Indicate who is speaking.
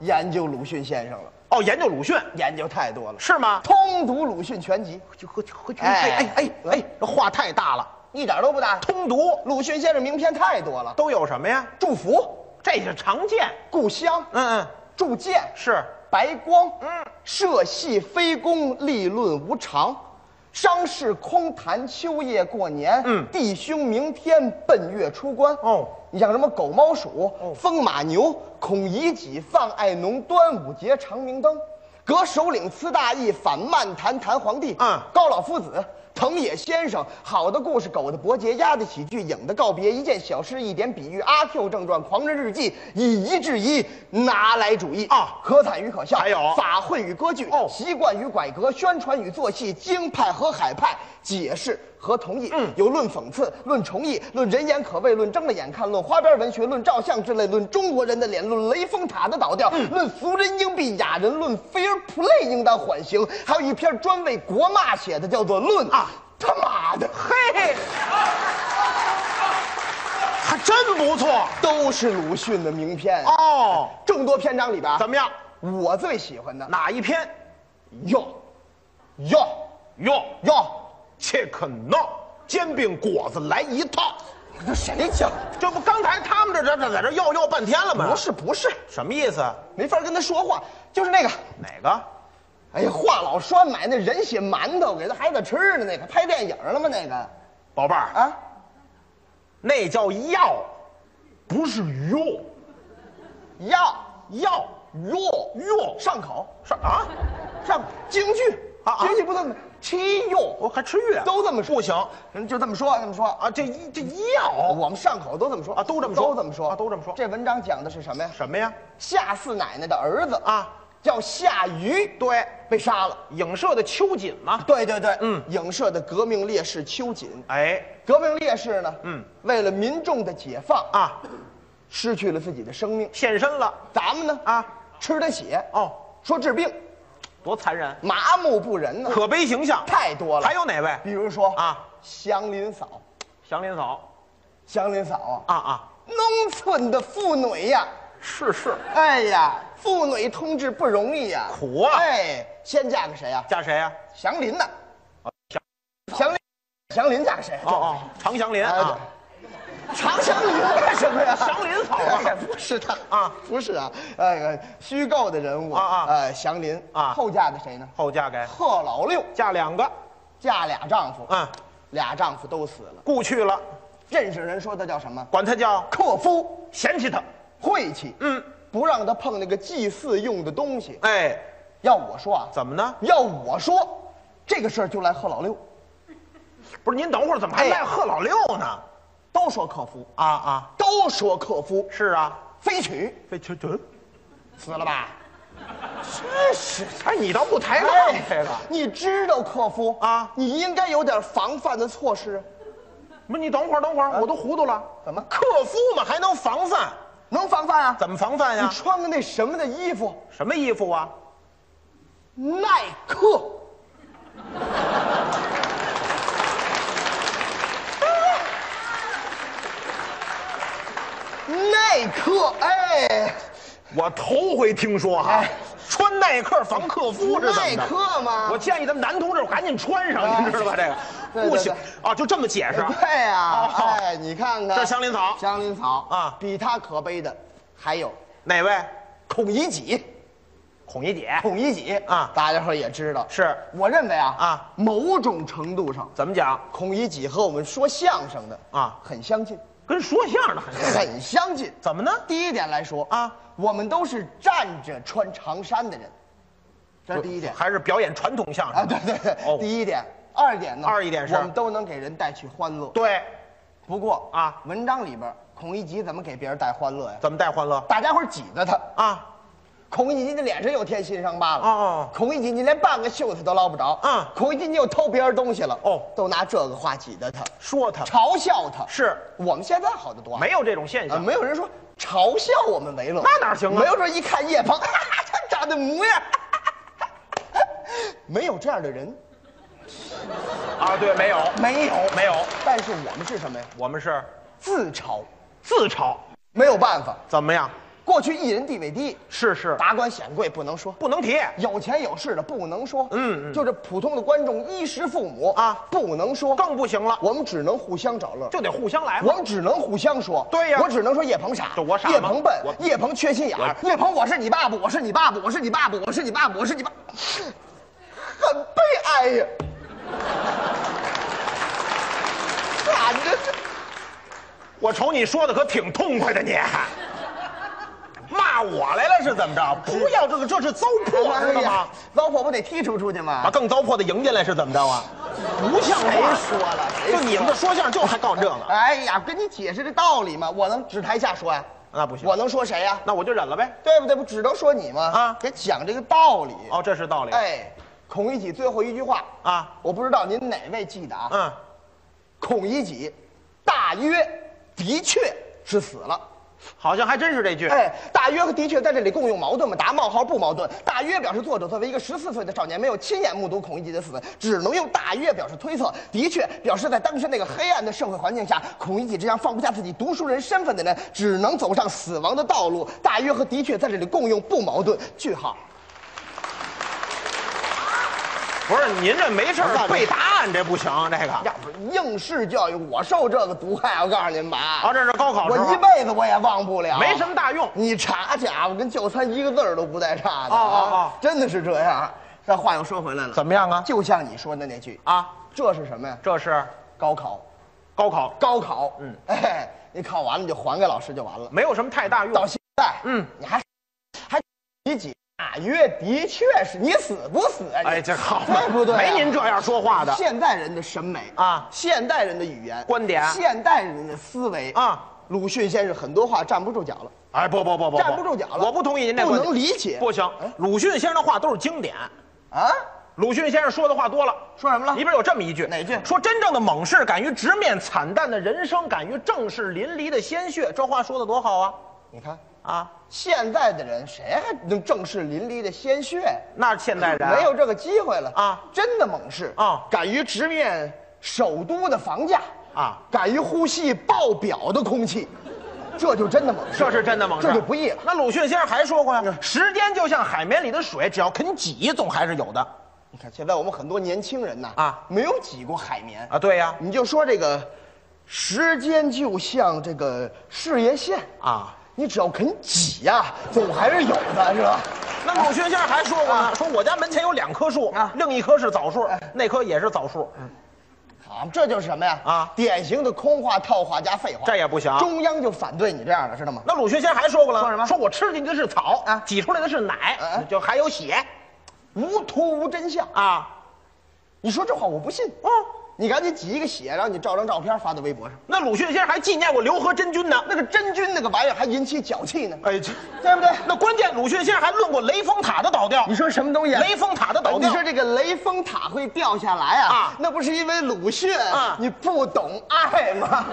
Speaker 1: 研究鲁迅先生了，
Speaker 2: 哦，研究鲁迅
Speaker 1: 研究太多了，
Speaker 2: 是吗？
Speaker 1: 通读鲁迅全集，
Speaker 2: 就回回去哎哎哎哎，这话太大了，
Speaker 1: 一点都不大。
Speaker 2: 通读
Speaker 1: 鲁迅先生名篇太多了，
Speaker 2: 都有什么呀？
Speaker 1: 祝福、
Speaker 2: 这是常见。
Speaker 1: 故乡、
Speaker 2: 嗯嗯，
Speaker 1: 铸剑、
Speaker 2: 是
Speaker 1: 白光，
Speaker 2: 嗯
Speaker 1: 社戏非公，立论无常，商事空谈，秋夜过年，
Speaker 2: 嗯
Speaker 1: 弟兄明天奔月出关。
Speaker 2: 哦，
Speaker 1: 你像什么狗猫鼠、
Speaker 2: 哦
Speaker 1: 风马牛、孔乙己、放爱农、端午节、长明灯，革首领、辞大义、反漫谈、谈皇帝，
Speaker 2: 嗯
Speaker 1: 高老夫子。藤野先生，好的故事，狗的伯爵，鸭的喜剧，影的告别，一件小事，一点比喻，《阿 Q 正传》，《狂人日记》，以一制一，拿来主义
Speaker 2: 啊
Speaker 1: 可惨与可笑，
Speaker 2: 还有
Speaker 1: 法混与歌剧，
Speaker 2: 哦
Speaker 1: 习惯与改革，宣传与做戏，京派和海派，解释和同意，
Speaker 2: 嗯
Speaker 1: 有论讽刺，论重译，论人言可畏，论睁了眼看，论花边文学，论照相之类，论中国人的脸，论雷峰塔的倒掉，
Speaker 2: 嗯
Speaker 1: 论俗人应避雅人，论 fair play 应当缓刑，还有一篇专为国骂写的，叫做《论》
Speaker 2: 啊，
Speaker 1: 他妈的，
Speaker 2: 嘿，还真不错
Speaker 1: 都是鲁迅的名篇，
Speaker 2: 哦。
Speaker 1: 众多篇章里边啊，
Speaker 2: 怎么样？
Speaker 1: 我最喜欢的
Speaker 2: 哪一篇？
Speaker 1: 哟哟
Speaker 2: 哟，
Speaker 1: 哟，
Speaker 2: 切克闹煎饼果子来一套。
Speaker 1: 这谁讲？
Speaker 2: 这不刚才他们这这这在这要要半天了吗？
Speaker 1: 不，是不是，
Speaker 2: 什么意思？
Speaker 1: 没法跟他说话，就是那个，
Speaker 2: 哪个？
Speaker 1: 哎呀，话老栓买那人血馒头给他孩子吃的那个，拍电影了吗？那个
Speaker 2: 宝贝儿，
Speaker 1: 啊，
Speaker 2: 那叫药，不是哟
Speaker 1: 药
Speaker 2: 药
Speaker 1: 药
Speaker 2: 哟
Speaker 1: 上口
Speaker 2: 是啊？
Speaker 1: 上京剧
Speaker 2: 啊啊
Speaker 1: 京剧不这么吃
Speaker 2: 我
Speaker 1: 药，
Speaker 2: 还吃药
Speaker 1: 都这么说
Speaker 2: 不行
Speaker 1: 人就这么说，这么说啊。
Speaker 2: 啊？这一这药
Speaker 1: 我们上口都这么说
Speaker 2: 啊都这么说
Speaker 1: 都这么说
Speaker 2: 啊都这么说
Speaker 1: 这文章讲的是什么呀？
Speaker 2: 什么呀？
Speaker 1: 夏四奶奶的儿子
Speaker 2: 啊，
Speaker 1: 叫夏禹，
Speaker 2: 对，
Speaker 1: 被杀了。
Speaker 2: 影射的秋瑾嘛。
Speaker 1: 对对对，
Speaker 2: 嗯
Speaker 1: 影射的革命烈士秋瑾，
Speaker 2: 哎，
Speaker 1: 革命烈士呢，
Speaker 2: 嗯
Speaker 1: 为了民众的解放啊，
Speaker 2: 啊，
Speaker 1: 失去了自己的生命。
Speaker 2: 现身了
Speaker 1: 咱们呢，
Speaker 2: 啊！
Speaker 1: 吃他血，
Speaker 2: 哦，
Speaker 1: 说治病，
Speaker 2: 多残忍，
Speaker 1: 麻木不仁呢，
Speaker 2: 可悲形象
Speaker 1: 太多了。
Speaker 2: 还有哪位？
Speaker 1: 比如说
Speaker 2: 啊，
Speaker 1: 祥林嫂，
Speaker 2: 祥林嫂
Speaker 1: 祥林嫂啊，
Speaker 2: 啊啊，
Speaker 1: 农村的妇女呀，
Speaker 2: 是是，
Speaker 1: 哎呀，妇女同志不容易呀，
Speaker 2: 苦啊
Speaker 1: 哎，先嫁给谁呀？
Speaker 2: 嫁谁呀、
Speaker 1: 祥林呐，祥林，祥林嫁给谁？
Speaker 2: 哦哦，常祥
Speaker 1: 哎
Speaker 2: 林啊，
Speaker 1: 常祥林啊干什么呀？
Speaker 2: 祥林嫂啊
Speaker 1: 哎呀不是他
Speaker 2: 啊，
Speaker 1: 不是啊，呃，虚构的人物
Speaker 2: 啊啊
Speaker 1: 呃，祥林
Speaker 2: 啊
Speaker 1: 后嫁的谁呢？
Speaker 2: 后嫁给
Speaker 1: 贺老六
Speaker 2: 嫁两个，
Speaker 1: 嫁俩丈夫，
Speaker 2: 嗯，
Speaker 1: 俩丈夫都死了。
Speaker 2: 故去了，
Speaker 1: 认识人说他叫什么？
Speaker 2: 管他叫
Speaker 1: 克夫，
Speaker 2: 嫌弃他，
Speaker 1: 晦气，
Speaker 2: 嗯，
Speaker 1: 不让他碰那个祭祀用的东西。
Speaker 2: 哎，
Speaker 1: 要我说啊，
Speaker 2: 怎么呢？
Speaker 1: 要我说，这个事儿就赖贺老六。
Speaker 2: 不是您等会儿怎么还
Speaker 1: 哎
Speaker 2: 赖贺老六呢？
Speaker 1: 都说克夫，
Speaker 2: 啊啊，
Speaker 1: 都说克夫，
Speaker 2: 是啊，
Speaker 1: 非娶
Speaker 2: 非去去，
Speaker 1: 死了吧？真是。
Speaker 2: 哎，你倒不抬杠这个，
Speaker 1: 你知道克夫
Speaker 2: 啊
Speaker 1: 你应该有点防范的措施。
Speaker 2: 不是你等会儿等会儿，我都糊涂了，
Speaker 1: 怎么
Speaker 2: 克夫嘛还能防范？
Speaker 1: 能防范啊？
Speaker 2: 怎么防范
Speaker 1: 你
Speaker 2: 呀？
Speaker 1: 穿个那什么的衣服，
Speaker 2: 什么衣服啊？
Speaker 1: 耐克。耐克，哎，
Speaker 2: 我头回听说哈、
Speaker 1: 哎
Speaker 2: 穿耐克防克夫是怎么
Speaker 1: 耐
Speaker 2: 的？
Speaker 1: 克吗？
Speaker 2: 我建议咱们男同志赶紧穿上，
Speaker 1: 哎
Speaker 2: 您知道吧？这个
Speaker 1: 对对
Speaker 2: 不行
Speaker 1: 对
Speaker 2: 啊，就这么解释。
Speaker 1: 对呀、
Speaker 2: 哦
Speaker 1: 哎，你看看，
Speaker 2: 这祥林嫂
Speaker 1: 祥林嫂
Speaker 2: 啊
Speaker 1: 比他可悲的还有
Speaker 2: 哪位？
Speaker 1: 孔乙己。
Speaker 2: 孔乙己。
Speaker 1: 孔乙己
Speaker 2: 啊
Speaker 1: 大家伙儿也知道，
Speaker 2: 是
Speaker 1: 我认为啊
Speaker 2: 啊，
Speaker 1: 某种程度上，
Speaker 2: 怎么讲？
Speaker 1: 孔乙己和我们说相声的
Speaker 2: 啊
Speaker 1: 很相近，
Speaker 2: 跟说相声的很像。
Speaker 1: 很相近。
Speaker 2: 怎么呢？
Speaker 1: 第一点来说
Speaker 2: 啊，
Speaker 1: 我们都是站着穿长衫的人，这是第一点
Speaker 2: 还是表演传统相声
Speaker 1: 啊，对对对，
Speaker 2: 哦
Speaker 1: 第一点。二点呢？
Speaker 2: 二一点是
Speaker 1: 我们都能给人带去欢乐。
Speaker 2: 对，
Speaker 1: 不过
Speaker 2: 啊
Speaker 1: 文章里边儿孔乙己怎么给别人带欢乐呀？
Speaker 2: 怎么带欢乐
Speaker 1: 大家伙儿挤着他，
Speaker 2: 啊？
Speaker 1: 孔乙己的脸上又贴心伤疤了。
Speaker 2: 哦哦
Speaker 1: 孔乙己你连半个袖子都捞不着。
Speaker 2: 嗯
Speaker 1: 孔乙己你又偷别人东西了。
Speaker 2: 哦
Speaker 1: 都拿这个话挤得他，
Speaker 2: 说他
Speaker 1: 嘲笑他。
Speaker 2: 是
Speaker 1: 我们现在好得多啊，
Speaker 2: 没有这种现
Speaker 1: 啊，
Speaker 2: 象。
Speaker 1: 没有人说嘲笑我们为乐，
Speaker 2: 那哪行啊
Speaker 1: 没有说一看叶 鹏，哈哈，他长得模样， 没有这样的人，
Speaker 2: 啊，对，没有，
Speaker 1: 没有。
Speaker 2: 没有。
Speaker 1: 但是我们是什么呀？
Speaker 2: 我们是
Speaker 1: 自嘲，
Speaker 2: 自嘲，
Speaker 1: 没有办法，
Speaker 2: 怎么样？
Speaker 1: 过去艺人地位低，
Speaker 2: 是是，
Speaker 1: 达官显贵不能说，
Speaker 2: 不能提。
Speaker 1: 有钱有势的不能说，
Speaker 2: 嗯嗯
Speaker 1: 就这普通的观众衣食父母
Speaker 2: 啊
Speaker 1: 不能说，
Speaker 2: 更不行了，
Speaker 1: 我们只能互相找乐，
Speaker 2: 就得互相来
Speaker 1: 我
Speaker 2: 嘛。
Speaker 1: 们只能互相说，
Speaker 2: 对呀
Speaker 1: 我只能说叶鹏傻，
Speaker 2: 就我傻吗
Speaker 1: 叶鹏笨
Speaker 2: 我，
Speaker 1: 叶鹏缺心眼儿，叶鹏我是你爸爸，我是你爸爸，我是你爸爸，我是你爸爸，我是你爸， 很悲哀呀， 喊着这。
Speaker 2: 我瞅你说的可挺痛快的，你 骂我来了是怎么着？不要这个，这是糟粕，
Speaker 1: 哎
Speaker 2: 知道吗？，
Speaker 1: 糟粕不得踢出出去吗
Speaker 2: 把？更糟粕的迎进来是怎么着啊？不像
Speaker 1: 谁
Speaker 2: 话，
Speaker 1: 说了？谁
Speaker 2: 就你们这说相声啊就还告这个，
Speaker 1: 哎呀，跟你解释这道理嘛，我能指台下说呀、
Speaker 2: 那呃不行
Speaker 1: 我能说谁呀、
Speaker 2: 那我就忍了呗。
Speaker 1: 对不对？不只能说你吗？
Speaker 2: 啊
Speaker 1: 得讲这个道理。
Speaker 2: 哦，这是道理。
Speaker 1: 哎，孔乙己最后一句话
Speaker 2: 啊，
Speaker 1: 我不知道您哪位记得啊？
Speaker 2: 嗯，
Speaker 1: 孔乙己，大约的确是死了。
Speaker 2: 好像还真是这句。
Speaker 1: 哎，大约和的确在这里共用矛盾嘛，打冒号不矛盾。大约表示作者作为一个十四岁的少年，没有亲眼目睹孔乙己的死，只能用大约表示推测。的确表示在当时那个黑暗的社会环境下，孔乙己这样放不下自己读书人身份的人，只能走上死亡的道路。大约和的确在这里共用不矛盾。句号。
Speaker 2: 不是您这没事儿背答案这不行，这个
Speaker 1: 要不是应试教育，我受这个毒害，我告诉您吧，
Speaker 2: 啊，这是高考
Speaker 1: 我
Speaker 2: 时候
Speaker 1: 一辈子我也忘不了。
Speaker 2: 没什么大用。
Speaker 1: 你查去啊，我跟就餐一个字儿都不带差的
Speaker 2: 哦哦
Speaker 1: 啊
Speaker 2: 哦
Speaker 1: 真的是这样。但话又说回来了，
Speaker 2: 怎么样啊？
Speaker 1: 就像你说的那句，
Speaker 2: 啊，
Speaker 1: 这是什么呀？
Speaker 2: 这是
Speaker 1: 高考，
Speaker 2: 高考，
Speaker 1: 高考，
Speaker 2: 嗯
Speaker 1: 哎，你考完了就还给老师就完了。
Speaker 2: 没有什么太大
Speaker 1: 到
Speaker 2: 用。
Speaker 1: 现在，
Speaker 2: 嗯
Speaker 1: 你还还你几大约的确是你死不死啊？你
Speaker 2: 哎，这好，
Speaker 1: 对不对啊？
Speaker 2: 没您这样说话的。
Speaker 1: 现代人的审美
Speaker 2: 啊
Speaker 1: 现代人的语言
Speaker 2: 观点
Speaker 1: 现代人的思维
Speaker 2: 啊。
Speaker 1: 鲁迅先生很多话站不住脚了，
Speaker 2: 哎，不不不不，
Speaker 1: 站不住脚了
Speaker 2: 我不同意您这
Speaker 1: 不
Speaker 2: 观点
Speaker 1: 能理解哎
Speaker 2: 不行，鲁迅先生的话都是经典，
Speaker 1: 啊？
Speaker 2: 鲁迅先生说的话多了。
Speaker 1: 说什么了
Speaker 2: 里？边有这么一句，
Speaker 1: 哪句
Speaker 2: 说真正的猛士敢于直面惨淡的人生，敢于正视淋漓的鲜血。这话说的多好啊！
Speaker 1: 你看，
Speaker 2: 啊，
Speaker 1: 现在的人谁还能正视淋漓的鲜血？
Speaker 2: 那现在人啊
Speaker 1: 没有这个机会了
Speaker 2: 啊
Speaker 1: 真的猛士
Speaker 2: 啊
Speaker 1: 敢于直面首都的房价
Speaker 2: 啊，
Speaker 1: 敢于呼吸爆表的空气，这就真的猛士，
Speaker 2: 这是真的猛士，
Speaker 1: 这就不嗯易了。
Speaker 2: 那鲁迅先生还说过呀，时间就像海绵里的水，只要肯挤，总还是有的。
Speaker 1: 你看现在我们很多年轻人呐
Speaker 2: 啊
Speaker 1: 没有挤过海绵
Speaker 2: 啊，对呀，
Speaker 1: 你就说这个，时间就像这个事业线
Speaker 2: 啊，
Speaker 1: 你只要肯挤呀、总还是有的，是吧？
Speaker 2: 那鲁迅先生还说过呢，说我家门前有两棵树
Speaker 1: 啊嗯
Speaker 2: 另一棵是枣树，那棵也是枣树。
Speaker 1: 好，这就是什么呀？
Speaker 2: 啊
Speaker 1: 典型的空话、套话加废话，
Speaker 2: 这也不行
Speaker 1: 中央就反对你这样的，知道吗？
Speaker 2: 那鲁迅先生还说过了，
Speaker 1: 说什么
Speaker 2: 说我吃进去的是草，
Speaker 1: 啊
Speaker 2: 挤出来的是奶，
Speaker 1: 啊
Speaker 2: 就还有血
Speaker 1: 无图无真相，
Speaker 2: 啊。
Speaker 1: 你说这话我不信。
Speaker 2: 嗯，
Speaker 1: 你赶紧挤一个血，然后你照张照片发到微博上。
Speaker 2: 那鲁迅先生还纪念过刘和真君呢。
Speaker 1: 那个真菌那个玩意儿还引起脚气呢，
Speaker 2: 哎，这
Speaker 1: 对不对？
Speaker 2: 那关键鲁迅先生还论过雷峰塔的倒掉
Speaker 1: 你，说什么东西啊？
Speaker 2: 雷峰塔的倒
Speaker 1: 你
Speaker 2: 掉
Speaker 1: 说这个雷峰塔会掉下来啊？
Speaker 2: 啊
Speaker 1: 那不是因为鲁迅
Speaker 2: 啊
Speaker 1: 你不懂爱吗？